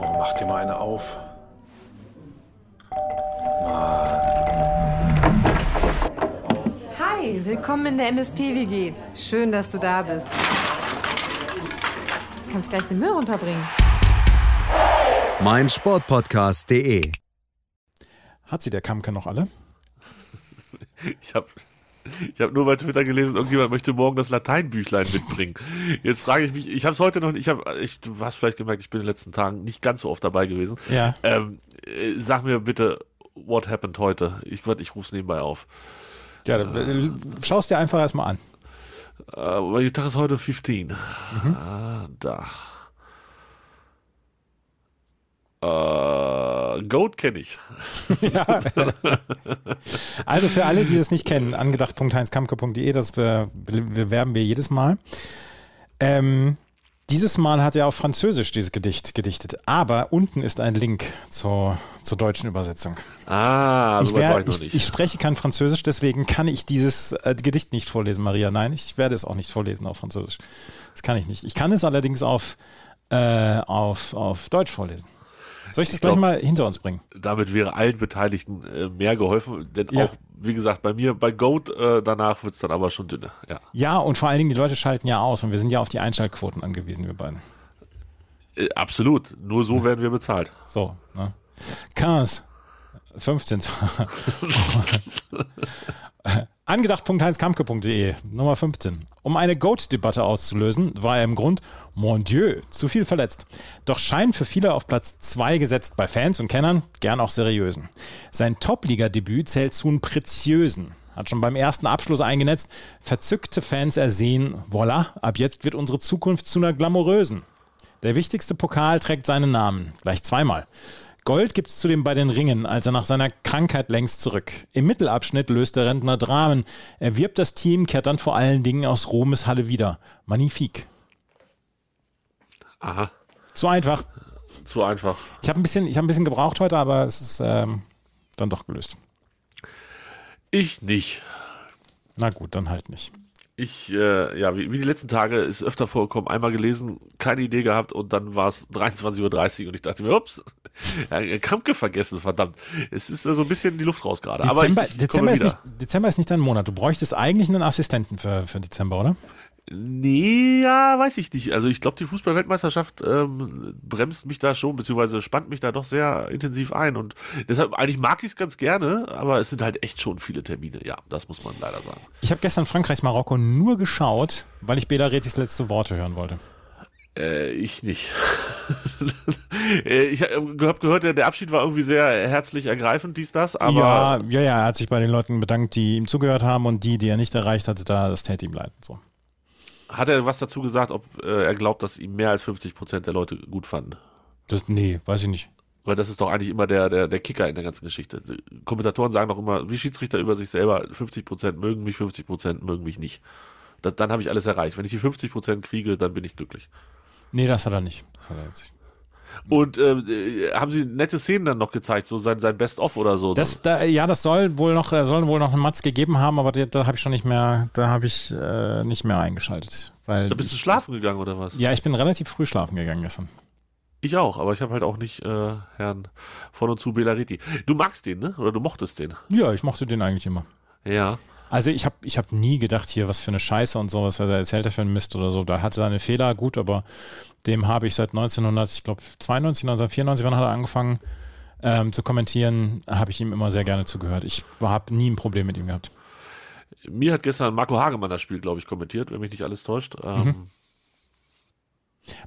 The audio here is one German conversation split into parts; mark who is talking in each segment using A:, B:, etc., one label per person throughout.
A: Oh, dir mal eine auf.
B: Hi, willkommen in der MSP-WG. Schön, dass du da bist. Du kannst gleich den Müll runterbringen.
C: mein Sportpodcast.de.
D: Hat sie der Kamke noch alle?
E: Ich habe ich hab nur bei Twitter gelesen, irgendjemand möchte morgen das Lateinbüchlein mitbringen. Jetzt frage ich mich, ich habe es heute noch nicht, ich hab, ich, du hast vielleicht gemerkt, ich bin in den letzten Tagen nicht ganz so oft dabei gewesen.
D: Ja.
E: Ähm, äh, sag mir bitte, what happened heute? Ich, warte, ich ruf's nebenbei auf.
D: Ja, da- äh, schaust dir einfach erstmal an.
E: Äh, weil der Tag ist heute 15.
D: Mhm.
E: Ah, da. Äh, Goat kenne ich.
D: Ja. also für alle, die es nicht kennen, angedacht.heinzkamke.de, das be- be- bewerben wir jedes Mal. Ähm, dieses Mal hat er auf Französisch dieses Gedicht gedichtet, aber unten ist ein Link zur, zur deutschen Übersetzung.
E: Ah,
D: Ich,
E: so weit
D: wär,
E: war ich noch
D: ich,
E: nicht.
D: ich spreche kein Französisch, deswegen kann ich dieses äh, Gedicht nicht vorlesen, Maria. Nein, ich werde es auch nicht vorlesen auf Französisch. Das kann ich nicht. Ich kann es allerdings auf, äh, auf, auf Deutsch vorlesen. Soll ich das gleich
E: glaub-
D: mal hinter uns bringen?
E: damit wäre allen Beteiligten äh, mehr geholfen, denn
D: Ja.
E: auch, wie gesagt, bei mir, bei Goat, äh, danach wird's dann aber schon dünner. Ja.
D: Ja, und vor allen Dingen, die Leute schalten ja aus und wir sind ja auf die Einschaltquoten angewiesen, wir beiden.
E: Äh, absolut. Nur so werden wir bezahlt.
D: So, ne? 15. 15. Angedacht.heinzkampke.de, E, Nummer 15. Um eine Goat-Debatte auszulösen, war er im Grund, mon Dieu, zu viel verletzt. Doch scheint für viele auf Platz 2 gesetzt bei Fans und Kennern, gern auch seriösen. Sein Top-Liga-Debüt zählt zu einem preziösen. Hat schon beim ersten Abschluss eingenetzt, verzückte Fans ersehen, voilà, ab jetzt wird unsere Zukunft zu einer glamourösen. Der wichtigste Pokal trägt seinen Namen, gleich zweimal. Gold gibt's zudem bei den Ringen, als er nach seiner Krankheit längst zurück. Im Mittelabschnitt löst der Rentner Dramen. Er wirbt das Team, kehrt dann vor allen Dingen aus Romes Halle wieder. Magnifik.
E: Aha.
D: So einfach.
E: Zu einfach.
D: Ich habe ein, bisschen- ich hab ein bisschen gebraucht heute, aber es ist ähm, dann doch gelöst.
E: Ich nicht.
D: Na gut, dann halt nicht.
E: Ich, äh, ja, wie, wie die letzten Tage ist öfter vorgekommen, einmal gelesen, keine Idee gehabt und dann war es 23.30 Uhr und ich dachte mir, ups, ja, Kampke vergessen, verdammt. Es ist äh, so ein bisschen die Luft raus gerade. Aber ich,
D: Dezember,
E: ich komme
D: Dezember, ist
E: wieder.
D: nicht, Dezember ist nicht dein Monat. Du bräuchtest eigentlich einen Assistenten für, für Dezember, oder?
E: Nee, ja, weiß ich nicht. Also ich glaube, die Fußball-Weltmeisterschaft ähm, bremst mich da schon, beziehungsweise spannt mich da doch sehr intensiv ein. Und deshalb, eigentlich mag ich es ganz gerne, aber es sind halt echt schon viele Termine. Ja, das muss man leider sagen.
D: Ich habe gestern Frankreich-Marokko nur geschaut, weil ich Bela Retis letzte Worte hören wollte.
E: Äh, ich nicht. Äh, ich habe gehört, der, der Abschied war irgendwie sehr herzlich ergreifend, dies, das, aber
D: ja, ja, ja, er hat sich bei den Leuten bedankt, die ihm zugehört haben und die, die er nicht erreicht hatte, da, das täte ihm leid. und So.
E: hat er was dazu gesagt, ob äh, er glaubt, dass ihm mehr als 50 Prozent der Leute gut fanden?
D: Das, nee, weiß ich nicht.
E: Weil das ist doch eigentlich immer der, der, der Kicker in der ganzen Geschichte. Kommentatoren sagen doch immer, wie Schiedsrichter über sich selber, 50% mögen mich, 50% mögen mich nicht. Da, dann habe ich alles erreicht. Wenn ich die 50% kriege, dann bin ich glücklich.
D: Nee, das hat er nicht. Das hat er jetzt nicht. Mhm.
E: Und äh, äh, haben sie nette Szenen dann noch gezeigt, so sein, sein Best-of oder so.
D: Das, da, ja, das soll wohl noch, äh, sollen wohl noch einen Matz gegeben haben, aber da, da habe ich schon nicht mehr, da habe ich äh, nicht mehr eingeschaltet. Weil
E: da bist du schlafen gegangen oder was?
D: ja, ich bin relativ früh schlafen gegangen gestern.
E: Ich auch, aber ich habe halt auch nicht äh, Herrn von und zu Belariti. Du magst den, ne? Oder du mochtest den.
D: Ja, ich mochte den eigentlich immer.
E: Ja.
D: Also ich habe ich hab nie gedacht, hier, was für eine Scheiße und so, was er erzählt hat für einen Mist oder so. Da hatte seine Fehler, gut, aber dem habe ich seit 1900, ich glaube 92, 1994, wann hat er angefangen ähm, zu kommentieren, habe ich ihm immer sehr gerne zugehört. Ich habe nie ein Problem mit ihm gehabt.
E: Mir hat gestern Marco Hagemann das Spiel, glaube ich, kommentiert, wenn mich nicht alles täuscht. Ähm,
D: Mhm.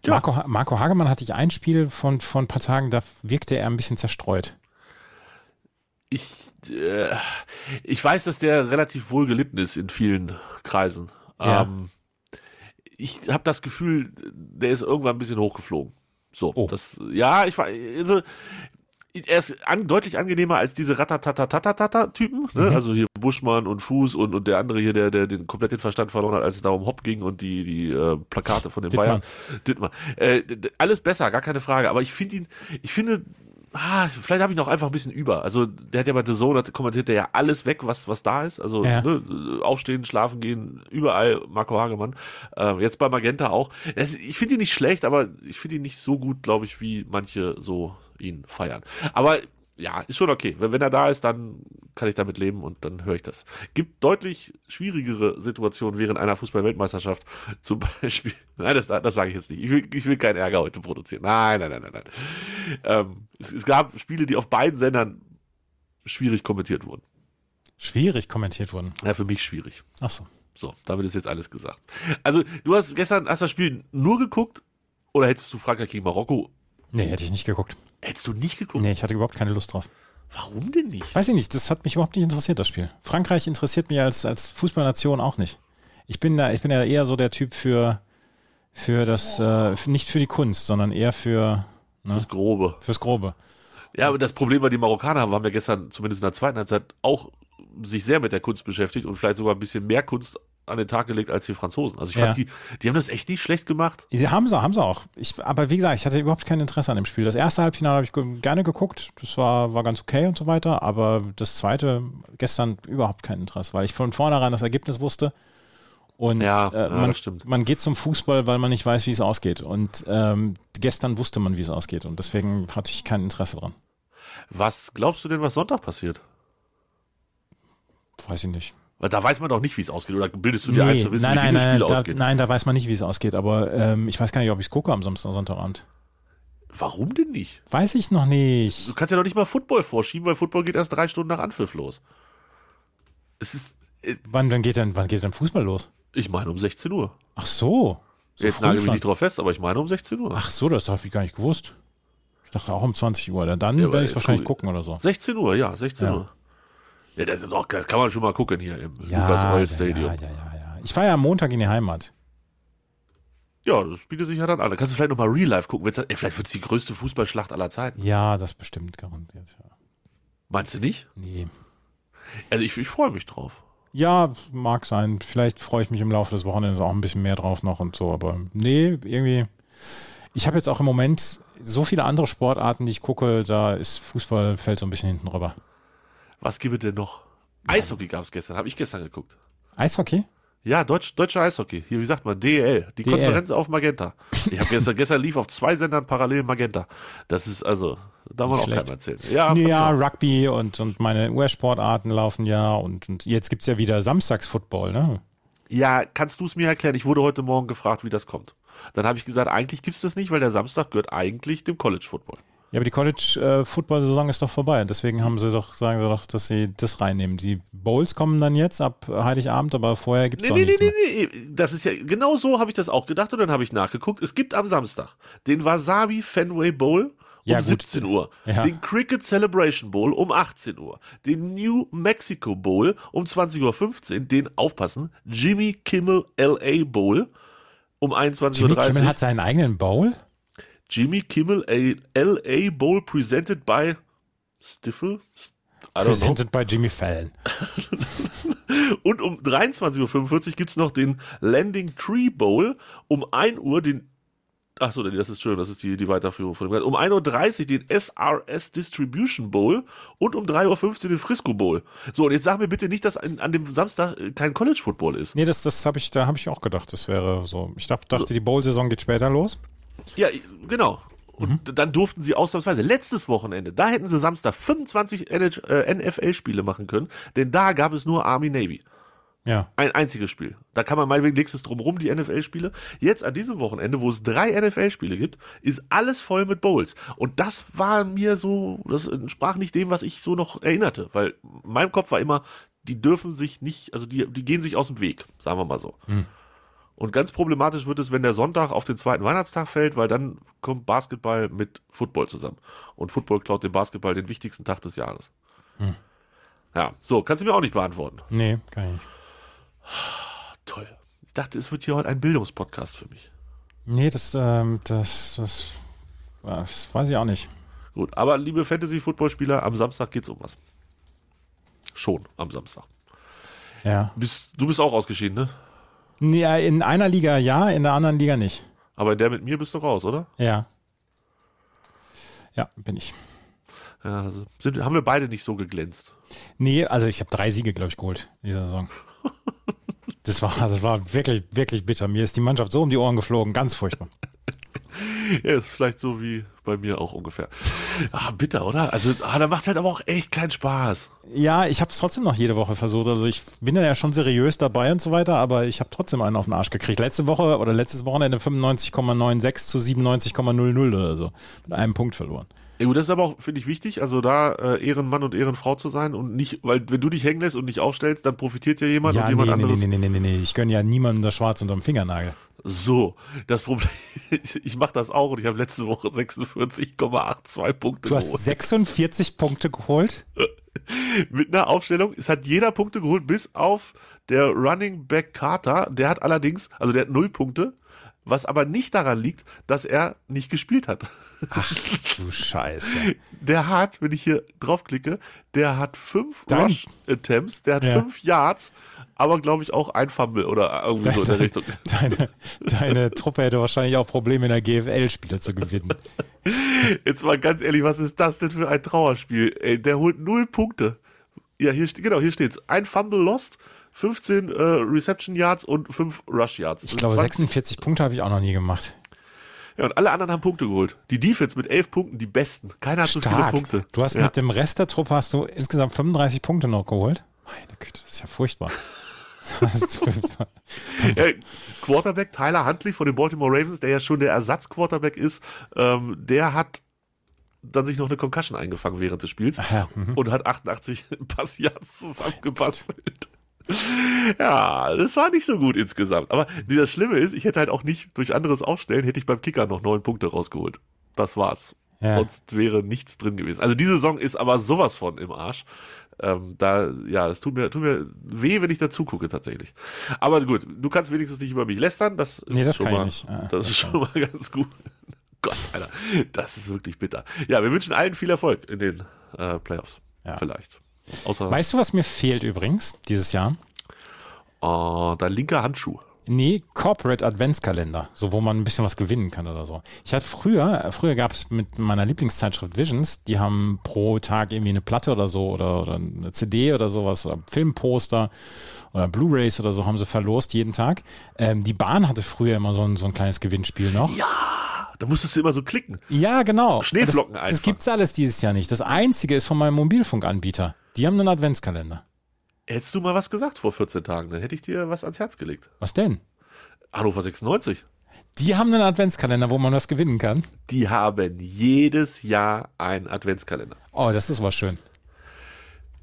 E: Ja.
D: Marco, Ha- Marco Hagemann hatte ich ein Spiel von, von ein paar Tagen, da wirkte er ein bisschen zerstreut.
E: ich, äh, ich weiß, dass der relativ wohl gelitten ist in vielen Kreisen.
D: Ja.
E: Ähm, ich habe das Gefühl, der ist irgendwann ein bisschen hochgeflogen. So,
D: Oh.
E: das, ja, ich war, also, er ist an, deutlich angenehmer als diese Ratatatatatatatata-Typen, ne?
D: Mhm.
E: also hier Buschmann und Fuß und, und der andere hier, der, der den komplett den Verstand verloren hat, als es da um Hopp ging und die, die äh, Plakate von den
D: Dittmann.
E: Bayern. Dittmar. Äh, d- d- alles besser, gar keine Frage, aber ich finde ihn, ich finde, ah, vielleicht habe ich noch einfach ein bisschen über. Also der hat ja bei The Zone hat, kommentiert der ja alles weg, was was da ist. Also
D: Ja.
E: ne, aufstehen, schlafen gehen, überall Marco Hagemann. Ähm, jetzt bei Magenta auch. Es, ich finde ihn nicht schlecht, aber ich finde ihn nicht so gut, glaube ich, wie manche so ihn feiern. Aber ja, ist schon okay. Wenn, wenn er da ist, dann kann ich damit leben und dann höre ich das. Gibt deutlich schwierigere Situationen während einer Fußball-Weltmeisterschaft. Zum Beispiel. Nein, das, das sage ich jetzt nicht. Ich will, ich will keinen Ärger heute produzieren. Nein, nein, nein, nein, nein. Ähm, es, es gab Spiele, die auf beiden Sendern schwierig kommentiert wurden.
D: Schwierig kommentiert wurden.
E: Ja, für mich schwierig.
D: Achso.
E: So, damit ist jetzt alles gesagt. Also, du hast gestern hast das Spiel nur geguckt oder hättest du Frankreich gegen Marokko?
D: Nee, hätte ich nicht geguckt.
E: Hättest du nicht geguckt?
D: Nee, ich hatte überhaupt keine Lust drauf.
E: Warum denn nicht?
D: Weiß ich nicht, das hat mich überhaupt nicht interessiert, das Spiel. Frankreich interessiert mich als, als Fußballnation auch nicht. Ich bin da, ich bin ja eher so der Typ für, für das, äh, nicht für die Kunst, sondern eher für,
E: Das Grobe.
D: fürs Grobe.
E: Ja, aber das Problem war, die Marokkaner haben, haben ja gestern, zumindest in der zweiten Halbzeit, auch sich sehr mit der Kunst beschäftigt und vielleicht sogar ein bisschen mehr Kunst an den Tag gelegt als die Franzosen. Also ich fand,
D: Ja.
E: die, die haben das echt nicht schlecht gemacht.
D: Sie haben sie, haben sie auch. Ich, aber wie gesagt, ich hatte überhaupt kein Interesse an dem Spiel. Das erste Halbfinale habe ich ge- gerne geguckt. Das war, war ganz okay und so weiter. Aber das zweite gestern überhaupt kein Interesse, weil ich von vornherein das Ergebnis wusste. Und
E: Ja,
D: äh,
E: ja,
D: man,
E: das stimmt.
D: man geht zum Fußball, weil man nicht weiß, wie es ausgeht. Und ähm, gestern wusste man, wie es ausgeht. Und deswegen hatte ich kein Interesse dran.
E: Was glaubst du denn, was Sonntag passiert?
D: Weiß ich nicht.
E: Weil da weiß man doch nicht, wie es ausgeht. Oder bildest du dir ein, zu wissen,
D: nein,
E: wie
D: nein,
E: dieses
D: nein,
E: Spiel
D: da,
E: ausgeht?
D: nein, da weiß man nicht, wie es ausgeht. Aber ähm, ich weiß gar nicht, ob ich es gucke am Samstag, Sonntagabend.
E: Warum denn nicht?
D: Weiß ich noch nicht.
E: Du kannst ja noch nicht mal Football vorschieben, weil Football geht erst drei Stunden nach Anpfiff los. Es ist, äh,
D: Wann, wann, geht denn, wann geht denn Fußball los?
E: ich meine um 16 Uhr.
D: Ach so. so
E: Jetzt
D: früh
E: nagel ich mich
D: schon.
E: nicht drauf fest, aber ich meine um 16 Uhr.
D: Ach so, das habe ich gar nicht gewusst. Ich dachte auch um 20 Uhr. Dann, dann
E: Ja, aber
D: werde ich
E: jetzt
D: wahrscheinlich
E: guck-
D: gucken oder so.
E: 16 Uhr, ja, 16
D: Ja.
E: Uhr. Ja, das, doch, das kann man schon mal gucken hier im Lucas Oil Stadium.
D: ja, ja, ja, ja. Ich war ja am Montag in die Heimat.
E: Ja, das bietet sich ja dann an. Da kannst du vielleicht nochmal Real Life gucken. Wenn's, ey, vielleicht wird es die größte Fußballschlacht aller Zeiten.
D: Ja, das bestimmt garantiert. Ja.
E: Meinst du nicht?
D: Nee.
E: Also ich, ich freue mich drauf.
D: Ja, mag sein. Vielleicht freue ich mich im Laufe des Wochenendes auch ein bisschen mehr drauf noch und so. Aber nee, irgendwie. Ich habe jetzt auch im Moment so viele andere Sportarten, die ich gucke, da ist Fußball fällt so ein bisschen hinten rüber.
E: Was gibt es denn noch? Eishockey gab es gestern, habe ich gestern geguckt.
D: Eishockey?
E: Ja, Deutsch, deutscher Eishockey. Hier, wie sagt man, DEL. Die
D: DEL.
E: Konferenz auf Magenta. Ich habe gestern, gestern lief auf zwei Sendern parallel Magenta. Das ist also, da
D: Nicht
E: muss auch
D: schlecht.
E: keinem erzählen. Ja,
D: Nee, ja,
E: ja.
D: Rugby und, und meine US-Sportarten laufen ja und, und jetzt gibt es ja wieder Samstags-Football, ne?
E: ja kannst du es mir erklären? Ich wurde heute Morgen gefragt, wie das kommt. Dann habe ich gesagt, eigentlich gibt's das nicht, weil der Samstag gehört eigentlich dem College Football.
D: Ja, aber die College-Football-Saison ist doch vorbei. Deswegen haben sie doch, sagen sie doch, dass sie das reinnehmen. Die Bowls kommen dann jetzt ab Heiligabend, aber vorher gibt es
E: Nee,
D: auch
E: nee, nee,
D: nichts
E: nee,
D: mehr.
E: nee, das ist ja, genau so habe ich das auch gedacht und dann habe ich nachgeguckt. Es gibt am Samstag den Wasabi Fenway Bowl um
D: Ja, gut.
E: 17 Uhr,
D: Ja.
E: den Cricket Celebration Bowl um 18 Uhr, den New Mexico Bowl um 20.15 Uhr, den, aufpassen, Jimmy Kimmel LA Bowl um
D: Jimmy
E: 21.30
D: Kimmel
E: Uhr.
D: hat seinen eigenen Bowl?
E: Jimmy Kimmel A- LA Bowl presented by Stiffel? St- I don't know.
D: Presented by Jimmy Fallon.
E: Und um 23.45 Uhr gibt's noch den Landing Tree Bowl. Um 1 Uhr den. Achso, das ist schön, das ist die, die Weiterführung von dem Ganzen. Um 1.30 Uhr den SRS Distribution Bowl und um 3.15 Uhr den Frisco Bowl. So, und jetzt sag mir bitte nicht, dass an, an dem Samstag äh, kein College Football ist.
D: Nee, das, das habe ich, da habe ich auch gedacht, das wäre so. Ich dacht- dachte, die Bowl-Saison geht später los.
E: Ja, i- genau. Und d- dann durften sie ausnahmsweise letztes Wochenende, da hätten sie Samstag 25 NH äh, NFL-Spiele machen können, denn da gab es nur Army Navy.
D: Ja.
E: Ein einziges Spiel. Da kann man meinetwegen nächstes drumrum, die NFL-Spiele. Jetzt an diesem Wochenende, wo es drei NFL-Spiele gibt, ist alles voll mit Bowls. Und das war mir so, das entsprach nicht dem, was ich so noch erinnerte. Weil in meinem Kopf war immer, die dürfen sich nicht, also die, die gehen sich aus dem Weg, sagen wir mal so. Und ganz problematisch wird es, wenn der Sonntag auf den zweiten Weihnachtstag fällt, weil dann kommt Basketball mit Football zusammen. Und Football klaut dem Basketball den wichtigsten Tag des Jahres. Ja, so, kannst du mir auch nicht beantworten.
D: Nee, kann ich nicht.
E: Toll. Ich dachte, es wird hier heute ein Bildungspodcast für mich.
D: Nee, das, ähm, das, das, äh, das weiß ich auch nicht.
E: Gut, aber liebe Fantasy-Footballspieler, am Samstag geht's um was. Schon am Samstag.
D: Ja.
E: Bist, du bist auch ausgeschieden, ne?
D: Nee, ja, in einer Liga ja, in der anderen Liga nicht.
E: Aber in der mit mir bist du raus, oder?
D: Ja. Ja, bin ich.
E: Ja, also sind, haben wir beide nicht so geglänzt.
D: Nee, also ich habe drei Siege, glaube ich, geholt in dieser Saison. Das war, das war wirklich, wirklich bitter. Mir ist die Mannschaft so um die Ohren geflogen. Ganz furchtbar.
E: Ja, ist vielleicht so wie bei mir auch ungefähr. Ah, bitter, oder? Also, ah, da macht halt aber auch echt keinen Spaß.
D: Ja, ich habe es trotzdem noch jede Woche versucht. Also ich bin ja schon seriös dabei und so weiter, aber ich habe trotzdem einen auf den Arsch gekriegt. Letzte Woche oder letztes Wochenende 95,96 zu 97,00 oder so. Mit einem Punkt verloren.
E: Ja, gut, das ist aber auch, finde ich, wichtig, also da äh, Ehrenmann und Ehrenfrau zu sein und nicht, weil wenn du dich hängen lässt und nicht aufstellst, dann profitiert ja jemand und
D: Ja, nee,
E: jemand
D: nee,
E: anderes.
D: nee, nee, nee, nee, nee. Ich gönn ja niemandem das Schwarz unterm Fingernagel.
E: So, das Problem, ich mache das auch und ich habe letzte Woche 46,82 Punkte
D: Du hast 46 Punkte geholt?
E: mit einer Aufstellung. Es hat jeder Punkte geholt, bis auf der Running Back Carter. Der hat allerdings, also der hat null Punkte, was aber nicht daran liegt, dass er nicht gespielt hat.
D: Ach, du Scheiße.
E: Der hat, wenn ich hier draufklicke, der hat fünf
D: Dann-
E: Rush Attempts, der hat
D: Ja.
E: fünf Yards, aber glaube ich auch ein Fumble oder irgendwie so in der
D: Deine,
E: Richtung.
D: deine, deine Truppe hätte wahrscheinlich auch Probleme, in der GFL-Spieler zu gewinnen.
E: Jetzt mal ganz ehrlich, was ist das denn für ein Trauerspiel? Ey, der holt null Punkte. Ja, hier steht, genau, hier steht's. Ein Fumble lost, 15 äh, Reception Yards und 5 Rush Yards.
D: Ich glaube, 46 Punkte habe ich auch noch nie gemacht.
E: Ja, und alle anderen haben Punkte geholt. Die Defense mit 11 Punkten, die besten. Keiner hat so viele
D: Stark.
E: Punkte.
D: Du hast
E: ja.
D: mit dem Rest der Truppe hast du insgesamt 35 Punkte noch geholt. Meine Güte, das ist ja furchtbar. Das ist furchtbar.
E: äh, Quarterback Tyler Huntley von den Baltimore Ravens, der ja schon der Ersatzquarterback ist, ähm, der hat dann sich noch eine Concussion eingefangen während des Spiels
D: ja, mhm.
E: und hat 88 Passiats zusammengebastelt. Ja, das war nicht so gut insgesamt. Aber das Schlimme ist, ich hätte halt auch nicht durch anderes Aufstellen, hätte ich beim Kicker noch neun Punkte rausgeholt. Das war's.
D: Ja.
E: Sonst wäre nichts drin gewesen. Also die Saison ist aber sowas von im Arsch. Ähm, da, ja, es tut mir, tut mir weh, wenn ich dazu gucke tatsächlich. Aber gut, du kannst wenigstens nicht über mich lästern. Das ist
D: Nee, das
E: schon
D: kann ich nicht.
E: mal,
D: Ah,
E: das ist schon mal ganz gut. Gott, Alter, das ist wirklich bitter. Ja, wir wünschen allen viel Erfolg in den äh, Playoffs.
D: Ja.
E: Vielleicht. Außer
D: Weißt du, was mir fehlt übrigens dieses Jahr?
E: äh, dein linker Handschuh.
D: Nee, Corporate Adventskalender, so wo man ein bisschen was gewinnen kann oder so. Ich hatte früher, früher gab es mit meiner Lieblingszeitschrift Visions, die haben pro Tag irgendwie eine Platte oder so oder, oder eine CD oder sowas oder Filmposter oder Blu-Rays oder so haben sie verlost jeden Tag. Ähm, die Bahn hatte früher immer so ein, so ein kleines Gewinnspiel noch. Ja,
E: Da musstest du immer so klicken.
D: genau.
E: Schneeflocken
D: das,
E: einfach.
D: Das gibt's alles dieses Jahr nicht. Das einzige ist von meinem Mobilfunkanbieter. Die haben einen Adventskalender.
E: Hättest du mal was gesagt vor 14 Tagen, dann hätte ich dir was ans Herz gelegt.
D: Was denn?
E: Hannover 96.
D: Die haben einen Adventskalender, wo man was gewinnen kann.
E: Die haben jedes Jahr einen Adventskalender.
D: Oh, das ist aber schön.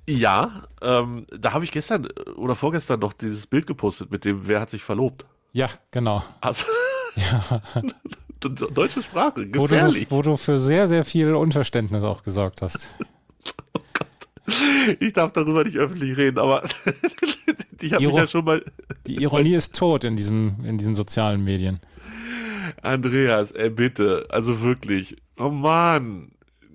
E: Ja, ähm, da habe ich gestern äh, oder vorgestern noch dieses Bild gepostet mit dem, wer hat sich verlobt.
D: Ja, genau.
E: Also, Deutsche Sprache,
D: Wo du, so,
E: gefährlich.
D: wo du für sehr, sehr viel Unverständnis auch gesorgt hast.
E: Ich darf darüber nicht öffentlich reden, aber ich habe mich
D: Iro-
E: ja schon mal.
D: Die Ironie ist tot in, diesem, in diesen sozialen Medien.
E: Andreas, ey, bitte, also wirklich. Oh Mann.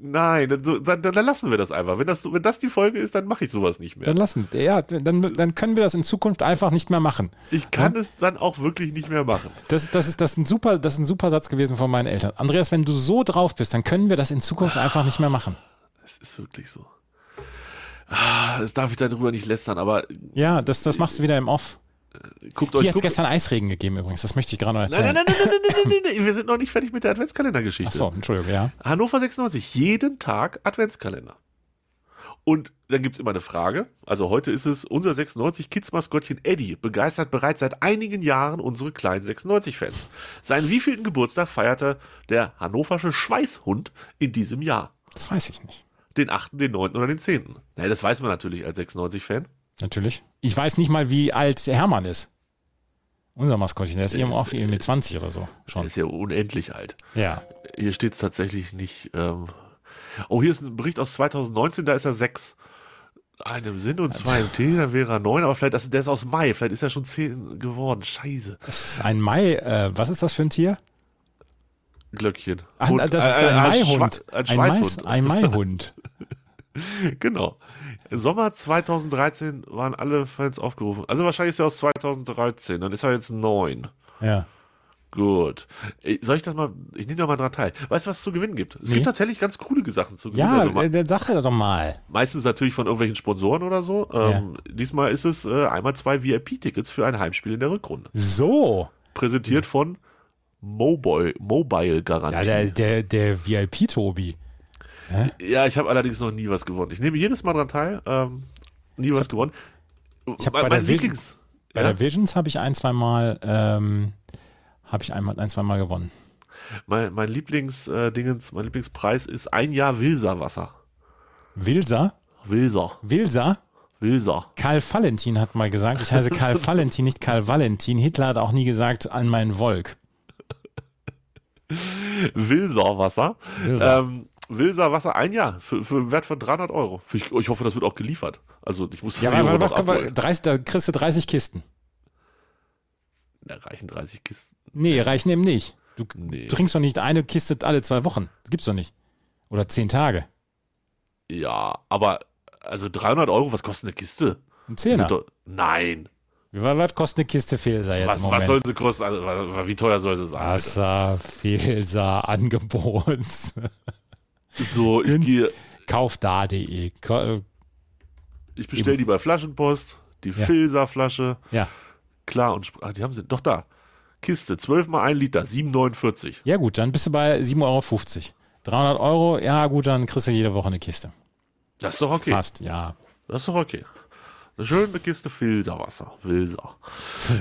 E: Nein, dann, so- dann, dann lassen wir das einfach. Wenn das, so- wenn das die Folge ist, dann mache ich sowas nicht mehr.
D: Dann lassen, ja, dann, dann können wir das in Zukunft einfach nicht mehr machen.
E: Ich kann es dann auch wirklich nicht mehr machen.
D: Das, das, ist, das, ist ein super, das ist ein super Satz gewesen von meinen Eltern. Andreas, wenn du so drauf bist, dann können wir das in Zukunft einfach nicht mehr machen.
E: Es ist wirklich so. Ah, Das darf ich darüber nicht lästern, aber
D: Ja, das, das machst du wieder im Off.
E: guckt euch.
D: Hier hat es
E: guckt,
D: gestern Eisregen gegeben übrigens, das möchte ich gerade noch
E: nein, nein,
D: erzählen.
E: nein, nein, nein, nein, nein, nein, nein, wir sind noch nicht fertig mit der Adventskalendergeschichte.
D: Achso, Entschuldigung, ja.
E: Hannover 96, jeden Tag Adventskalender. Und dann gibt's immer eine Frage. Also heute ist es unser 96 Kids-Maskottchen Eddie, begeistert bereits seit einigen Jahren unsere kleinen 96-Fans. Seinen wievielten Geburtstag feierte der hannoversche Schweißhund in diesem Jahr?
D: Das weiß ich nicht.
E: Den 8., den 9. oder den 10.? Na, das weiß man natürlich als 96-Fan.
D: Natürlich. Ich weiß nicht mal, wie alt Hermann ist. Unser Maskottchen, der ist eben auch mit 20 oder so
E: Der
D: schon.
E: ist ja unendlich alt.
D: Ja.
E: Hier steht es tatsächlich nicht. Ähm oh, hier ist ein Bericht aus 2019, da ist er sechs. Einem Sinn und zwei im Tee, dann wäre er neun, aber vielleicht, das, der ist aus Mai, vielleicht ist er schon zehn geworden. Scheiße.
D: Das ist ein Mai, äh, was ist das für ein Tier?
E: Glöckchen.
D: Ah,
E: Hund-
D: das ist
E: äh,
D: ein
E: äh,
D: Maihund.
E: Schwa- Ein
D: Ein, Mais,
E: Schweißhund.
D: ein Maihund.
E: Genau. Sommer 2013 waren alle Fans aufgerufen. Also wahrscheinlich ist er aus 2013, dann ist er jetzt neun.
D: Ja.
E: Gut. Äh, Soll ich das mal, ich nehme da mal dran teil. Weißt du, was es zu gewinnen gibt? Es
D: Nee.
E: gibt tatsächlich ganz coole Sachen zu gewinnen.
D: Ja,
E: Also, ma-
D: äh, dann sag doch mal.
E: meistens natürlich von irgendwelchen Sponsoren oder so. Ähm, Diesmal ist es äh, einmal zwei VIP-Tickets für ein Heimspiel in der Rückrunde.
D: So.
E: Präsentiert von Mobile, Mobile Garantie.
D: Ja, der, der, der VIP-Tobi.
E: Ja, ich habe allerdings noch nie was gewonnen. Ich nehme jedes Mal dran teil. Ähm, nie was gewonnen. Ich
D: hab
E: mein,
D: bei der
E: mein
D: Wilden-
E: Lieblings.
D: Bei
E: Ja?
D: der Visions habe ich ein, zweimal, ähm, habe ich einmal, ein, zweimal gewonnen.
E: Mein, mein Lieblings, äh, Dingens, mein Lieblingspreis ist ein Jahr Wilser Wasser.
D: Wilser?
E: Wilser,
D: Wilser?
E: Wilser.
D: Karl Valentin hat mal gesagt, ich heiße Karl Valentin, nicht Karl Valentin. Hitler hat auch nie gesagt, an meinen Volk.
E: Wilser Wasser.
D: Wilser.
E: Ähm, Wilser Wasser ein Jahr für, für einen Wert von 300 Euro. Ich, ich hoffe, das wird auch geliefert. Also ich muss das
D: Ja,
E: hier
D: aber
E: noch
D: was, was,
E: abholen.
D: 30, da kriegst du 30 Kisten.
E: Da reichen 30 Kisten.
D: Nee, reichen eben nicht. Du
E: Nee.
D: trinkst doch nicht eine Kiste alle zwei Wochen. Das gibt's doch nicht. Oder zehn Tage.
E: Ja, aber also 300 Euro, was kostet eine Kiste?
D: Ein Zehner.
E: Doch- Nein.
D: Was, was kostet eine Kiste Filser jetzt im
E: Was,
D: Moment?
E: was soll sie kosten? Also, wa- wie teuer soll sie sein? Alter?
D: Wasser, Filser, Angebot.
E: So, ich
D: Günst-
E: gehe,
D: Kaufda.de. Ko- äh,
E: ich bestelle die bei Flaschenpost, die
D: Ja.
E: Filserflasche,
D: Ja.
E: klar und sp- ah, die haben sie doch da. Kiste, 12 mal 1 Liter, 7,49.
D: ja, gut, dann bist du bei 7,50 Euro. 300 Euro, ja, gut, dann kriegst du jede Woche eine Kiste.
E: Das ist doch okay.
D: Passt, ja.
E: Das ist doch okay. Eine schöne Kiste Filserwasser. Wilser.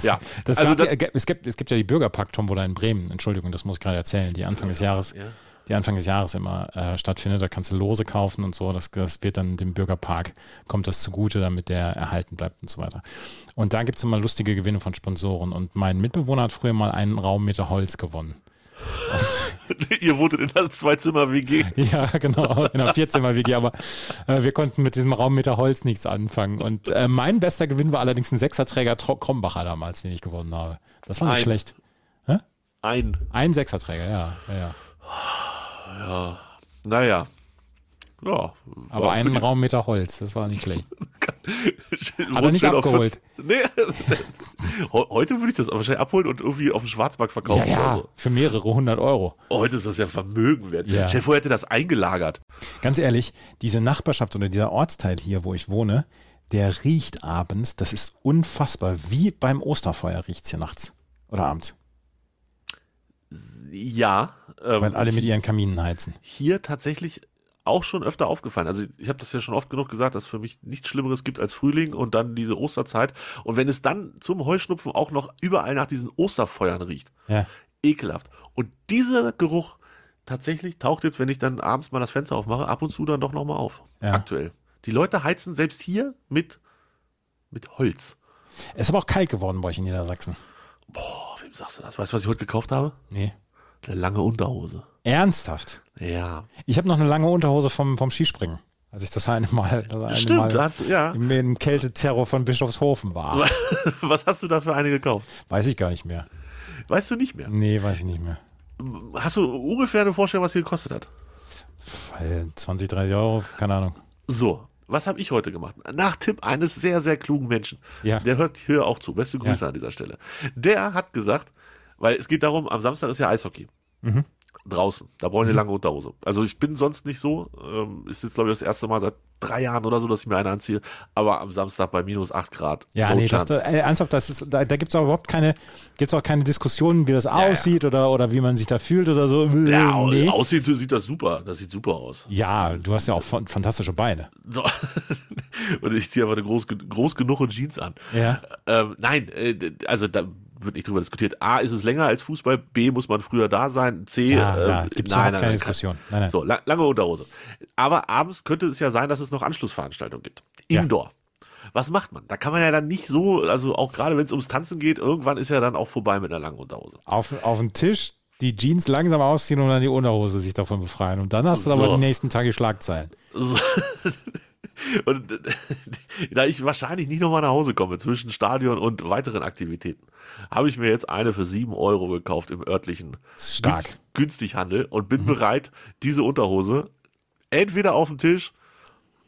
E: Ja,
D: Das
E: also
D: gab,
E: da,
D: ja- es, gibt, es gibt ja die Bürgerpakt-Tombola in Bremen, Entschuldigung, das muss ich gerade erzählen, die Anfang des Jahres,
E: ja.
D: die Anfang des Jahres immer äh, stattfindet. Da kannst du Lose kaufen und so. Das, das wird dann dem Bürgerpark, kommt das zugute, damit der erhalten bleibt und so weiter. Und da gibt es immer lustige Gewinne von Sponsoren. Und mein Mitbewohner hat früher mal einen Raummeter Holz gewonnen.
E: ihr wohntet in einer Zwei-Zimmer-WG.
D: Ja, genau, in einer Vierzimmer-WG, aber äh, wir konnten mit diesem Raummeter Holz nichts anfangen. Und äh, mein bester Gewinn war allerdings ein Sechserträger Tro- Krombacher damals, den ich gewonnen habe. Das war nicht
E: Ein-
D: schlecht.
E: Ein.
D: Ein Sechserträger, ja, ja, ja.
E: Naja. Ja.
D: Aber einen Raummeter Holz, das war nicht schlecht.
E: Hat
D: er nicht abgeholt.
E: Nee. Heu- Heute würde ich das wahrscheinlich abholen und irgendwie auf dem Schwarzmarkt verkaufen. oder
D: Für mehrere hundert Euro.
E: so. Heute ist das ja Vermögen wert.
D: Ja.
E: Stell dir vor, er hätte das eingelagert.
D: Ganz ehrlich, diese Nachbarschaft oder dieser Ortsteil hier, wo ich wohne, der riecht abends, das ist unfassbar. Wie beim Osterfeuer riecht es hier nachts oder abends,
E: Ja.
D: weil
E: Ähm,
D: alle mit ihren Kaminen heizen.
E: hier tatsächlich auch schon öfter aufgefallen. Also ich habe das ja schon oft genug gesagt, dass es für mich nichts Schlimmeres gibt als Frühling und dann diese Osterzeit. Und wenn es dann zum Heuschnupfen auch noch überall nach diesen Osterfeuern riecht,
D: Ja.
E: ekelhaft. Und dieser Geruch tatsächlich taucht jetzt, wenn ich dann abends mal das Fenster aufmache, ab und zu dann doch nochmal auf.
D: Ja.
E: Aktuell. Die Leute heizen selbst hier mit, mit Holz.
D: Es ist aber auch kalt geworden bei euch in Niedersachsen.
E: Boah, Oh, wem sagst du das? Weißt du, was ich heute gekauft habe?
D: Nee.
E: Eine lange Unterhose.
D: Ernsthaft?
E: Ja.
D: Ich habe noch eine lange Unterhose vom, vom Skispringen, als ich das eine Mal, das eine
E: Stimmt,
D: Mal
E: das- ja.
D: im, im Kälteterror von Bischofshofen war.
E: Was hast du da für eine gekauft?
D: Weiß ich gar nicht mehr.
E: Weißt du nicht mehr.
D: Nee, weiß ich nicht mehr.
E: Hast du ungefähr eine Vorstellung, was die gekostet hat?
D: Weil 20, 30 Euro, keine Ahnung.
E: So, was habe ich heute gemacht? Nach Tipp eines sehr, sehr klugen Menschen.
D: Ja.
E: Der hört hier auch zu. Beste Grüße an dieser Stelle. Der hat gesagt, weil es geht darum, am Samstag ist ja Eishockey.
D: Mhm.
E: Draußen. Da brauche ich eine lange Unterhose. Also ich bin sonst nicht so. Ähm, ist jetzt, glaube ich, das erste Mal seit drei Jahren oder so, dass ich mir eine anziehe. Aber am Samstag bei minus 8 Grad.
D: Ja,
E: no
D: nee, das,
E: chance.
D: da- äh, ernsthaft, das ist, da, da gibt es auch überhaupt keine, gibt's auch keine Diskussionen, wie das aussieht Oder, oder wie man sich da fühlt oder so.
E: ja, au-
D: äh, nee.
E: aussieht, sieht das super. Das sieht super aus.
D: ja du hast ja auch fan- fantastische Beine.
E: So. Und ich ziehe einfach eine groß, groß genug Jeans an.
D: Ja.
E: Ähm, nein, äh, d- also da wird nicht drüber diskutiert. A, ist es länger als Fußball, B, muss man früher da sein, C,
D: Ja,
E: äh,
D: ja, gibt's überhaupt keine Diskussion. Nein, nein.
E: So, la lange Unterhose. Aber abends könnte es ja sein, dass es noch Anschlussveranstaltungen gibt.
D: Ja.
E: Indoor. Was macht man? Da kann man ja dann nicht so, also auch gerade wenn es ums Tanzen geht, irgendwann ist ja dann auch vorbei mit einer langen Unterhose.
D: Auf, auf den Tisch die Jeans langsam ausziehen und dann die Unterhose sich davon befreien. Und dann hast du aber
E: So.
D: die nächsten Tage Schlagzeilen.
E: So. Und äh, da ich wahrscheinlich nicht nochmal nach Hause komme zwischen Stadion und weiteren Aktivitäten, habe ich mir jetzt eine für 7 Euro gekauft im örtlichen
D: Stark. Mhm.
E: Günst, Günstighandel und bin bereit, diese Unterhose entweder auf dem Tisch,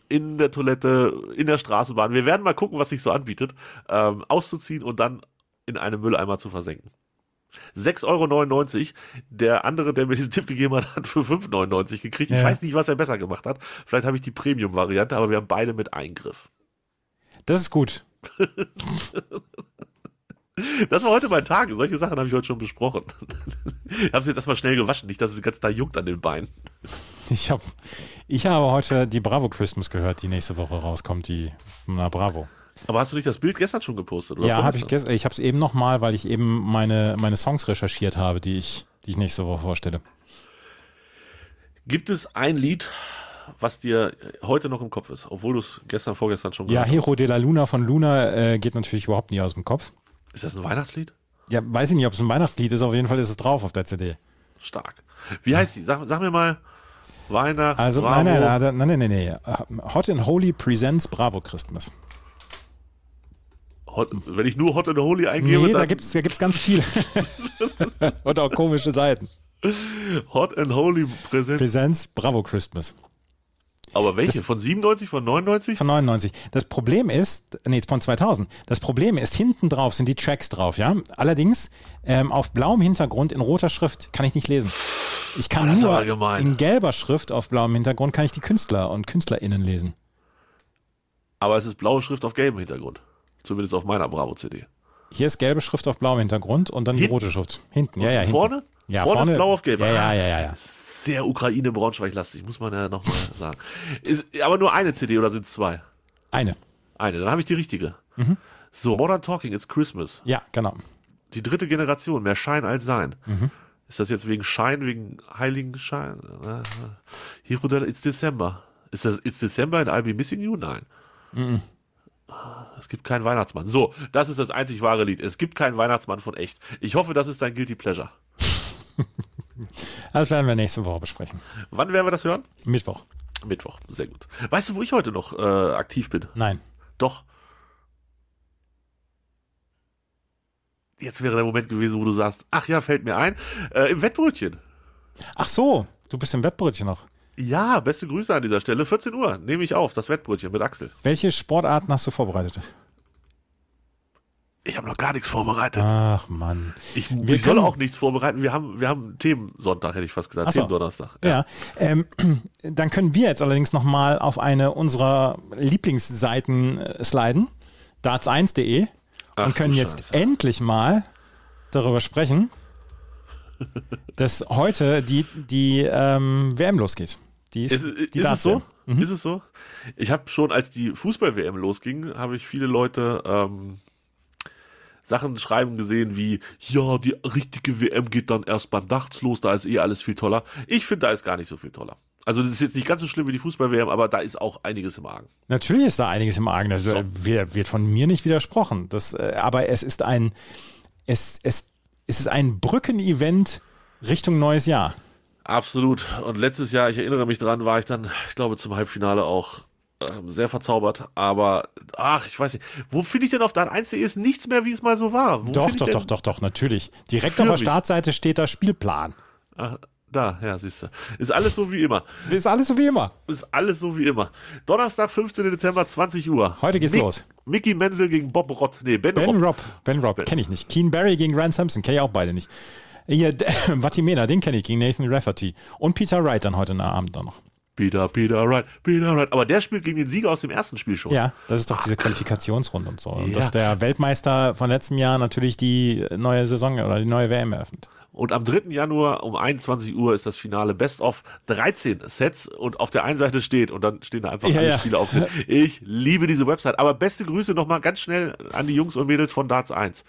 E: in der Toilette, in der Straßenbahn, wir werden mal gucken, was sich so anbietet, ähm, auszuziehen und dann in einem Mülleimer zu versenken. 6,99 Euro. Der andere, der mir diesen Tipp gegeben hat, hat für 5,99 gekriegt. Ich
D: Ja.
E: weiß nicht, was er besser gemacht hat. Vielleicht habe ich die Premium-Variante, aber wir haben beide mit Eingriff.
D: Das ist gut.
E: Das war heute mein Tag. Solche Sachen habe ich heute schon besprochen. ich habe es jetzt erstmal schnell gewaschen, nicht, dass es den ganzen Tag juckt an den Beinen.
D: Ich, hab, ich habe heute die Bravo Christmas gehört, die nächste Woche rauskommt, die na Bravo.
E: Aber hast du nicht das Bild gestern schon gepostet? Oder
D: ja, habe ich
E: vorgestern?
D: gestern, ich habe es eben nochmal, weil ich eben meine, meine Songs recherchiert habe, die ich, die ich nächste Woche vorstelle.
E: Gibt es ein Lied, was dir heute noch im Kopf ist, obwohl du es gestern, vorgestern schon
D: Ja,
E: gehört hast?
D: Hero de la Luna von Luna äh, geht natürlich überhaupt nie aus dem Kopf.
E: Ist das ein Weihnachtslied?
D: Ja, weiß ich nicht, ob es ein Weihnachtslied ist, auf jeden Fall ist es drauf auf der CD.
E: Stark. Wie heißt die? Sag, sag mir mal, Weihnachts.
D: Also, nein,
E: Bravo.
D: nein, nein, nein, nein, nein, nein. Hot and Holy presents Bravo Christmas.
E: Hot, wenn ich nur Hot and Holy eingebe,
D: Nee, da
E: dann
D: gibt's da gibt's ganz viele. Und auch komische Seiten.
E: Hot and Holy präsent.
D: Presents Bravo Christmas.
E: Aber welche? Von 97, von 99?
D: Von 99. Das Problem ist, nee, von 2000. Das Problem ist, hinten drauf sind die Tracks drauf, ja. Allerdings, ähm, auf blauem Hintergrund in roter Schrift kann ich nicht lesen. Ich kann
E: Oh, das ist
D: nur
E: aber gemein.
D: in gelber Schrift auf blauem Hintergrund kann ich die Künstler und KünstlerInnen lesen.
E: Aber es ist blaue Schrift auf gelbem Hintergrund. Zumindest auf meiner Bravo-CD.
D: Hier ist gelbe Schrift auf blauem Hintergrund und dann die
E: Hinten?
D: rote Schrift. Hinten, ja, ja. Hinten.
E: vorne?
D: Ja,
E: Vorne
D: vorne,
E: ist blau auf gelb. Ah.
D: Ja, ja, ja, ja. ja.
E: Sehr Ukraine-Braunschweig-lastig, muss man ja nochmal sagen. Ist, aber nur eine CD oder sind es zwei?
D: Eine.
E: Eine, dann habe ich die richtige. So, Modern Talking, It's Christmas.
D: Ja, genau.
E: Die dritte Generation, mehr Schein als Sein. Ist das jetzt wegen Schein, wegen heiligen Schein? Äh, Hero, Del- It's December. Ist das It's December and I'll be missing you? Nein. Es gibt keinen Weihnachtsmann. So, das ist das einzig wahre Lied. Es gibt keinen Weihnachtsmann von echt. Ich hoffe, das ist dein Guilty Pleasure.
D: Das werden wir nächste Woche besprechen.
E: Wann werden wir das hören?
D: Mittwoch.
E: Mittwoch, sehr gut. Weißt du, wo ich heute noch äh, aktiv bin?
D: Nein.
E: Doch. Jetzt wäre der Moment gewesen, wo du sagst, ach ja, fällt mir ein, äh, im Wettbrötchen.
D: Ach so, du bist im Wettbrötchen noch.
E: Ja, beste Grüße an dieser Stelle. 14 Uhr nehme ich auf, das Wettbrötchen mit Axel.
D: Welche Sportarten hast du vorbereitet?
E: Ich habe noch gar nichts vorbereitet.
D: Ach Mann.
E: ich
D: wir
E: ich soll
D: können-
E: auch nichts vorbereiten. Wir haben, wir haben Themensonntag, hätte ich fast gesagt.
D: Ach so.
E: Themendonnerstag.
D: Ja, ähm, dann können wir jetzt allerdings nochmal auf eine unserer Lieblingsseiten äh, sliden, darts1.de,
E: Ach,
D: und können
E: du
D: jetzt
E: Scheiße.
D: endlich mal darüber sprechen, dass heute die, die ähm, WM losgeht. Die ist,
E: Ist, Mhm. ist,
D: die
E: ist es so?
D: Darts-WM.
E: Ist es so? Ich habe schon, als die Fußball-WM losging, habe ich viele Leute ähm, Sachen schreiben gesehen wie, ja, die richtige WM geht dann erst beim Nachts los, da ist eh alles viel toller. Ich finde, da ist gar nicht so viel toller. Also das ist jetzt nicht ganz so schlimm wie die Fußball-WM, aber da ist auch einiges im Argen.
D: Natürlich ist da einiges im Argen. Also,
E: So.
D: äh, wir- wird von mir nicht widersprochen. Das, äh, aber es ist ein, es, es, es ist ein Brückenevent Richtung neues Jahr.
E: Absolut. Und letztes Jahr, ich erinnere mich dran, war ich dann, ich glaube, zum Halbfinale auch ähm, sehr verzaubert. Aber, ach, ich weiß nicht. Wo finde ich denn auf dein 1.de ist nichts mehr, wie es mal so war? Wo
D: Doch,
E: finde ich
D: doch,
E: denn-
D: doch, doch, doch, natürlich. Direkt
E: Für
D: auf der
E: mich.
D: Startseite steht da Spielplan.
E: Ah, da, ja, siehst du. Ist alles so wie immer.
D: Ist alles so wie immer.
E: Ist alles so wie immer. Donnerstag, 15. Dezember, 20 Uhr.
D: Heute geht's los.
E: Mickey Menzel gegen Bob Rott. Nee, Ben,
D: Ben
E: Rott.
D: Robb, Ben Robb, kenne ich nicht. Keen Barry gegen Rand Sampson, kenne ich auch beide nicht. Hier, Vatimena, den kenne ich gegen Nathan Rafferty. Und Peter Wright dann heute Abend dann noch.
E: Peter, Peter Wright, Peter Wright. Aber der spielt gegen den Sieger aus dem ersten Spiel schon.
D: Ja, das ist doch diese Qualifikationsrunde und so. Und
E: Ja.
D: dass der Weltmeister von letztem Jahr natürlich die neue Saison oder die neue WM eröffnet.
E: Und am 3. Januar um 21 Uhr ist das Finale Best of 13 Sets und auf der einen Seite steht und dann stehen da einfach
D: Ja,
E: alle
D: ja.
E: Spiele auf. Ich liebe diese Website. Aber beste Grüße nochmal ganz schnell an die Jungs und Mädels von Darts 1.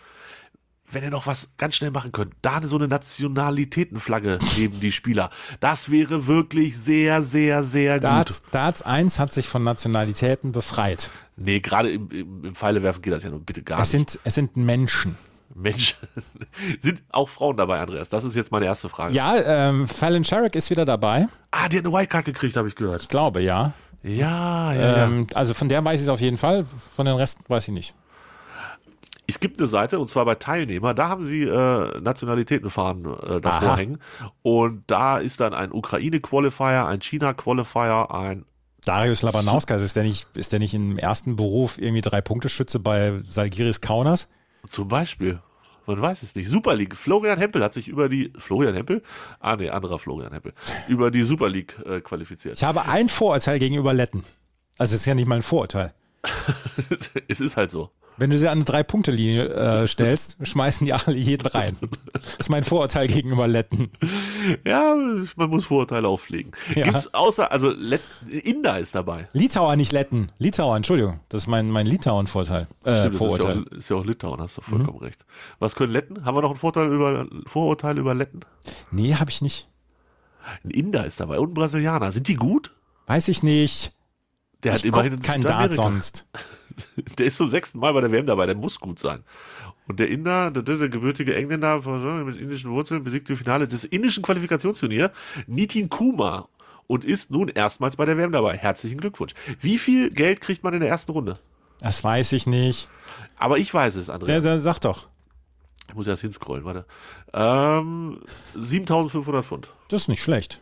E: Wenn ihr noch was ganz schnell machen könnt, da so eine Nationalitätenflagge neben die Spieler. Das wäre wirklich sehr, sehr, sehr gut.
D: Darts, Darts 1 hat sich von Nationalitäten befreit.
E: Nee, gerade im, im, im Pfeile werfen geht das ja nun bitte gar
D: Es
E: nicht.
D: sind, es sind Menschen.
E: Mensch, sind auch Frauen dabei, Andreas? Das ist jetzt meine erste Frage.
D: Ja, ähm, Fallon Sherrick ist wieder dabei.
E: Ah, die hat eine Wildcard gekriegt, habe ich gehört.
D: Ich glaube, ja.
E: Ja, ja, ja.
D: Ähm, also von der weiß ich es auf jeden Fall. Von den Resten weiß ich nicht.
E: Es gibt eine Seite, und zwar bei Teilnehmer, da haben sie äh, Nationalitätenfahnen äh, davor
D: Aha.
E: hängen. Und da ist dann ein Ukraine-Qualifier, ein China-Qualifier, ein.
D: Darius Labanauskas, ist der nicht, ist der nicht im ersten Beruf irgendwie drei Punkte Schütze bei Salgiris Kaunas?
E: Zum Beispiel. Man weiß es nicht. Super League. Florian Hempel hat sich über die Florian Hempel? Ah nee, anderer Florian Hempel. Über die Super League äh, qualifiziert.
D: Ich habe ein Vorurteil gegenüber Letten. Also es ist ja nicht mal ein Vorurteil.
E: es ist halt so.
D: Wenn du sie an eine Drei-Punkte-Linie äh, stellst, schmeißen die alle jeden rein. Das ist mein Vorurteil gegenüber Letten.
E: Ja, man muss Vorurteile auflegen.
D: Ja.
E: Gibt's außer, also Let Inder ist dabei.
D: Litauer, nicht Letten. Litauer, Entschuldigung. Das ist mein, mein Litauen-Vorteil. Äh,
E: Stimmt, das ist ja,
D: Vorurteil. Mhm.
E: auch, ist ja auch Litauen, hast du vollkommen recht. Was können Letten? Haben wir noch ein Vorteil über, Vorurteil über Letten?
D: Nee, habe ich nicht.
E: Ein Inder ist dabei und ein Brasilianer. Sind die gut?
D: Weiß ich nicht.
E: Der hat
D: Ich guck
E: immerhin
D: kein
E: Südamerika-
D: Dart sonst.
E: Der ist zum sechsten Mal bei der WM dabei, der muss gut sein. Und der Inder, der, der gebürtige Engländer mit indischen Wurzeln, besiegte im Finale des indischen Qualifikationsturnier Nitin Kuma und ist nun erstmals bei der WM dabei. Herzlichen Glückwunsch. Wie viel Geld kriegt man in der ersten Runde?
D: Das weiß ich nicht.
E: Aber ich weiß es, Andreas.
D: Der, der, sag doch.
E: Ich muss erst hinscrollen, warte. Ähm, 7500 Pfund.
D: Das ist nicht schlecht.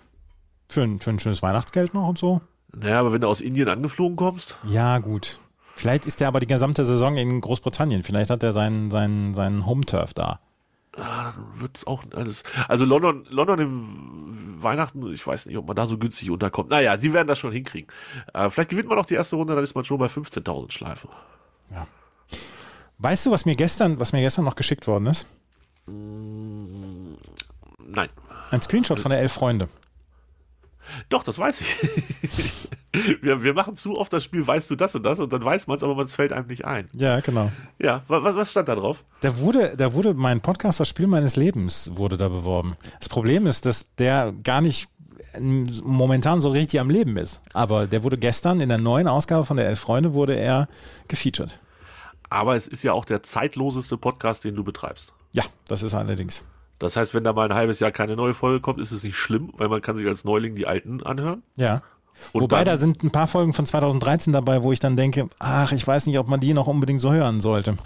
D: Für ein, für ein schönes Weihnachtsgeld noch und so.
E: Naja, aber wenn du aus Indien angeflogen kommst,
D: Ja, gut. Vielleicht ist er aber die gesamte Saison in Großbritannien. Vielleicht hat er seinen, seinen, seinen Home-Turf da.
E: wird's auch alles. Also London, London im Weihnachten, ich weiß nicht, ob man da so günstig unterkommt. Naja, sie werden das schon hinkriegen. Äh, vielleicht gewinnt man auch die erste Runde, dann ist man schon bei 15.000 Schleife.
D: Weißt du, was mir gestern, was mir gestern noch geschickt worden ist?
E: Mm, Nein.
D: Ein Screenshot von der Elf Freunde.
E: Doch, das weiß ich. wir, wir machen zu oft das Spiel, weißt du das und das, und dann weiß man es, aber man fällt einem nicht ein.
D: Ja, genau.
E: Ja, wa- was, was stand da drauf?
D: Da wurde, da wurde mein Podcast Das Spiel meines Lebens wurde da beworben. Das Problem ist, dass der gar nicht ähm, momentan so richtig am Leben ist. Aber der wurde gestern in der neuen Ausgabe von der Elf Freunde wurde er gefeatured.
E: Aber es ist ja auch der zeitloseste Podcast, den du betreibst.
D: Ja, das ist er allerdings.
E: Das heißt, wenn da mal ein halbes Jahr keine neue Folge kommt, ist es nicht schlimm, weil man kann sich als Neuling die alten anhören.
D: Ja.
E: Und
D: Wobei
E: dann-
D: da sind ein paar Folgen von 2013 dabei, wo ich dann denke, ach, ich weiß nicht, ob man die noch unbedingt so hören sollte.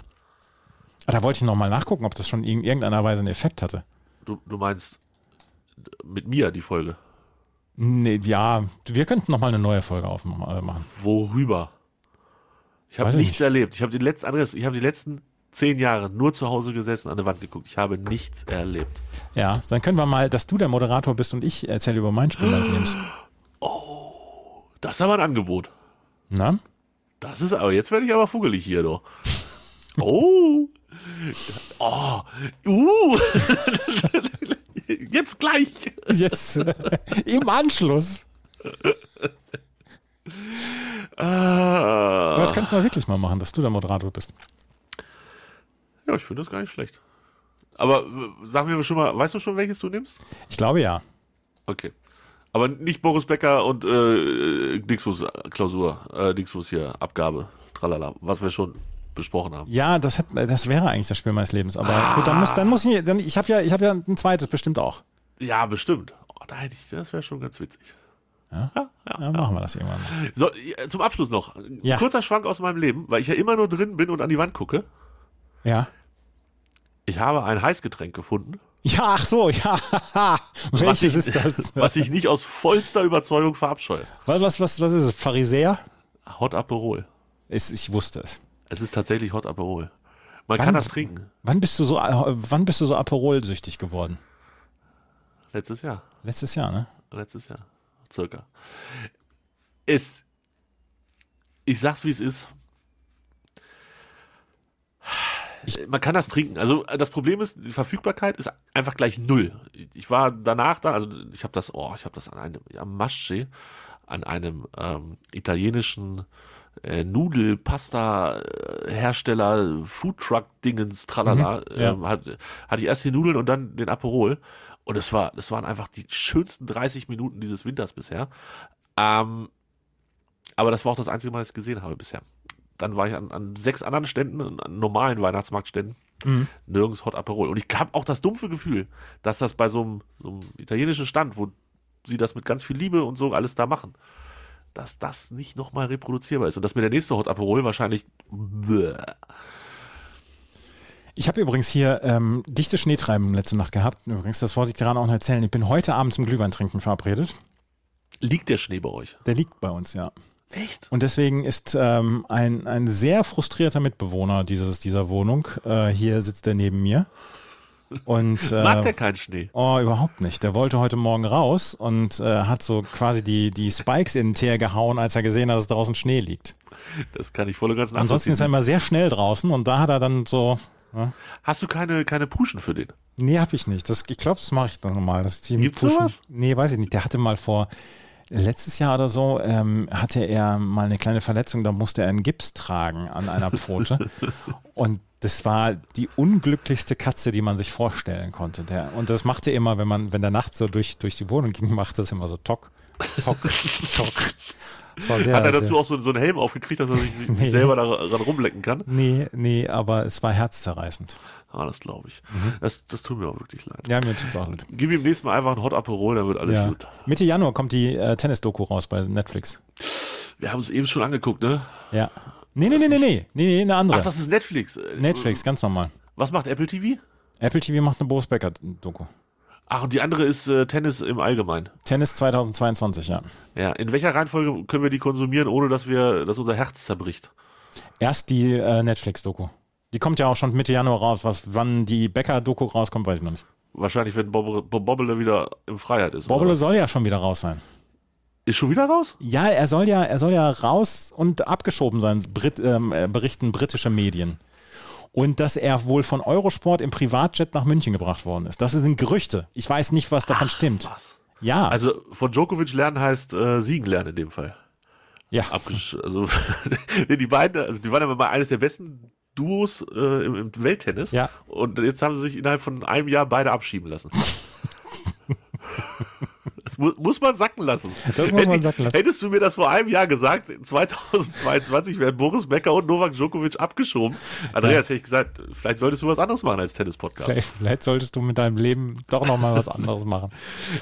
D: Ah, Da wollte ich nochmal nachgucken, ob das schon in irgendeiner Weise einen Effekt hatte.
E: Du, du meinst mit mir die Folge.
D: Nee, ja, wir könnten nochmal eine neue Folge äh, aufmachen.
E: Worüber? Ich habe
D: Weiß ich
E: nichts
D: nicht.
E: erlebt. Ich habe die letzten Andreas, ich habe die letzten zehn Jahre nur zu Hause gesessen, an der Wand geguckt. Ich habe nichts erlebt.
D: Ja, dann können wir mal, dass du der Moderator bist und ich erzähle über mein Spiel meines Lebens.
E: Das ist aber ein Angebot.
D: Na?
E: Das ist aber jetzt werde ich aber fuggelig hier doch. Oh. Oh. Uh. Jetzt gleich.
D: Jetzt äh, im Anschluss.
E: Ah.
D: Aber das könnten wir wirklich mal machen, dass du der Moderator bist.
E: Ja, ich finde das gar nicht schlecht. Aber äh, sag mir schon mal, weißt du schon, welches du nimmst?
D: Ich glaube ja.
E: Okay. Aber nicht Boris Becker und äh, Dixbus Klausur, äh, Dixbus hier, Abgabe, tralala, was wir schon besprochen haben.
D: Ja, das, hat, das wäre eigentlich das Spiel meines Lebens. Aber gut, dann muss, dann muss ich, dann, ich habe ja, ich habe ja ein zweites bestimmt auch.
E: Ja, bestimmt. Oh, da hätte ich, das wäre schon ganz witzig.
D: Dann machen wir das irgendwann. mal.
E: So, äh, zum Abschluss noch. Ein
D: Ja.
E: Kurzer Schwank aus meinem Leben, weil ich ja immer nur drin bin und an die Wand gucke.
D: Ja.
E: Ich habe ein Heißgetränk gefunden,
D: Ja, ach so, ja.
E: was
D: Welches ist
E: ich,
D: das?
E: was ich nicht aus vollster Überzeugung verabscheue.
D: Was, was, was, was ist es? Pharisäer?
E: Hot Aperol.
D: Ist, ich wusste es.
E: Es ist tatsächlich Hot Aperol. Man
D: Wann-
E: kann das trinken.
D: Wann bist du so, äh, wann bist du so Aperol-süchtig geworden?
E: Letztes Jahr.
D: Letztes Jahr, ne?
E: letztes Jahr, circa. Es, ich sag's wie es ist. Man kann das trinken. Also das Problem ist, die Verfügbarkeit ist einfach gleich null. Ich war danach dann, also ich habe das, oh, ich habe das an einem am Masche, an einem ähm, italienischen äh, Nudel-Pasta-Hersteller, Foodtruck-Dingens, tralala,
D: ja.
E: ähm, hat, hatte ich erst die Nudeln und dann den Aperol. Und es war, das waren einfach die schönsten 30 Minuten dieses Winters bisher. Ähm, aber das war auch das einzige Mal, dass ich es gesehen habe bisher. Dann war ich an, an sechs anderen Ständen, an normalen Weihnachtsmarktständen,
D: Mhm.
E: nirgends Hot Aperol. Und ich habe auch das dumpfe Gefühl, dass das bei so einem, so einem italienischen Stand, wo sie das mit ganz viel Liebe und so alles da machen, dass das nicht nochmal reproduzierbar ist. Und dass mir der nächste Hot Aperol wahrscheinlich. Bäh.
D: Ich habe übrigens hier ähm, dichte Schneetreiben letzte Nacht gehabt. Übrigens, das wollte ich gerade auch noch erzählen. Ich bin heute Abend zum Glühwein trinken verabredet.
E: Liegt der Schnee bei euch?
D: Der liegt bei uns, ja.
E: Echt?
D: Und deswegen ist ähm, ein, ein sehr frustrierter Mitbewohner dieses, dieser Wohnung. Äh, hier sitzt er neben mir. Und, äh,
E: Mag der keinen Schnee?
D: Oh, überhaupt nicht. Der wollte heute Morgen raus und äh, hat so quasi die, die Spikes in den Teer gehauen, als er gesehen hat, dass draußen Schnee liegt.
E: Das kann ich voll und ganz
D: Ansonsten ist er
E: nachvollziehen.
D: immer sehr schnell draußen und da hat er dann so,
E: Hast du keine, keine Puschen für den?
D: nee, hab ich nicht. Das, ich glaube, das mache ich dann nochmal. Das Team
E: Gibt's
D: pushen.
E: sowas?
D: Nee, weiß ich nicht. Der hatte mal vor, letztes Jahr oder so, ähm, hatte er mal eine kleine Verletzung, da musste er einen Gips tragen an einer Pfote. und das war die unglücklichste Katze, die man sich vorstellen konnte. Der, und das machte immer, wenn man, wenn der Nacht so durch, durch die Wohnung ging, machte das immer so tock, tock, tock. Das war sehr,
E: Hat er
D: sehr-
E: dazu auch so, so einen Helm aufgekriegt, dass er sich, sich
D: Nee.
E: selber daran rumlecken kann?
D: Nee, nee, aber es war herzzerreißend.
E: Ah, das glaube ich. Das, das tut mir auch wirklich leid.
D: Mhm. Ja, mir tut's auch leid.
E: Gib ihm nächstes Mal einfach ein Hot Aperol, dann wird alles
D: Ja.
E: gut.
D: Mitte Januar kommt die äh, Tennis-Doku raus bei Netflix.
E: Wir haben es eben schon angeguckt, ne?
D: Ja. Nee, nee, nee, nee, nee, nee, nee eine andere.
E: Ach, das ist Netflix. Äh,
D: Netflix, ganz normal.
E: Was macht Apple TV?
D: Apple TV macht eine Boris Becker-Doku.
E: Ach, und die andere ist äh, Tennis im Allgemeinen.
D: Tennis 2022, ja.
E: Ja, in welcher Reihenfolge können wir die konsumieren, ohne dass wir, dass unser Herz zerbricht?
D: Erst die äh, Netflix-Doku. Die kommt ja auch schon Mitte Januar raus. Was, wann die Becker-Doku rauskommt, weiß ich noch nicht.
E: Wahrscheinlich, wenn Bob, Bob Bobble wieder in Freiheit ist. oder
D: Bobbele
E: was?
D: soll ja schon wieder raus sein.
E: ist schon wieder raus?
D: Ja, er soll ja, er soll ja raus und abgeschoben sein, Brit, ähm, äh, berichten britische Medien. Und dass er wohl von Eurosport im Privatjet nach München gebracht worden ist. Das sind Gerüchte. Ich weiß nicht, was davon stimmt.
E: Was?
D: Ja,
E: Also von Djokovic lernen heißt äh, siegen lernen in dem Fall.
D: ja.
E: Abgesch also nee, die beiden, also die waren aber mal eines der besten Duos äh, im, im Welttennis.
D: Ja.
E: Und jetzt haben sie sich innerhalb von einem Jahr beide abschieben lassen. Das mu muss man sacken lassen.
D: Das muss
E: Hätte-
D: man sacken lassen.
E: Hättest du mir das vor einem Jahr gesagt, 2022 wären Boris Becker und Novak Djokovic abgeschoben. Andreas, hätte ich gesagt, vielleicht solltest du was anderes machen als Tennis-Podcast.
D: Vielleicht, vielleicht solltest du mit deinem Leben doch nochmal was anderes machen.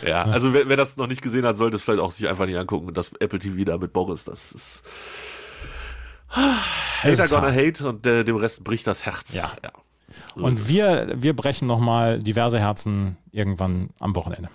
E: Ja, also wer, wer das noch nicht gesehen hat, sollte es vielleicht auch sich einfach nicht angucken. Und das Apple TV da mit Boris, das ist
D: Es
E: Hater
D: ist
E: gonna
D: hart.
E: hate und äh, dem Rest bricht das Herz.
D: Ja.
E: So ist
D: Und wir, wir brechen nochmal diverse Herzen irgendwann am Wochenende.
E: es.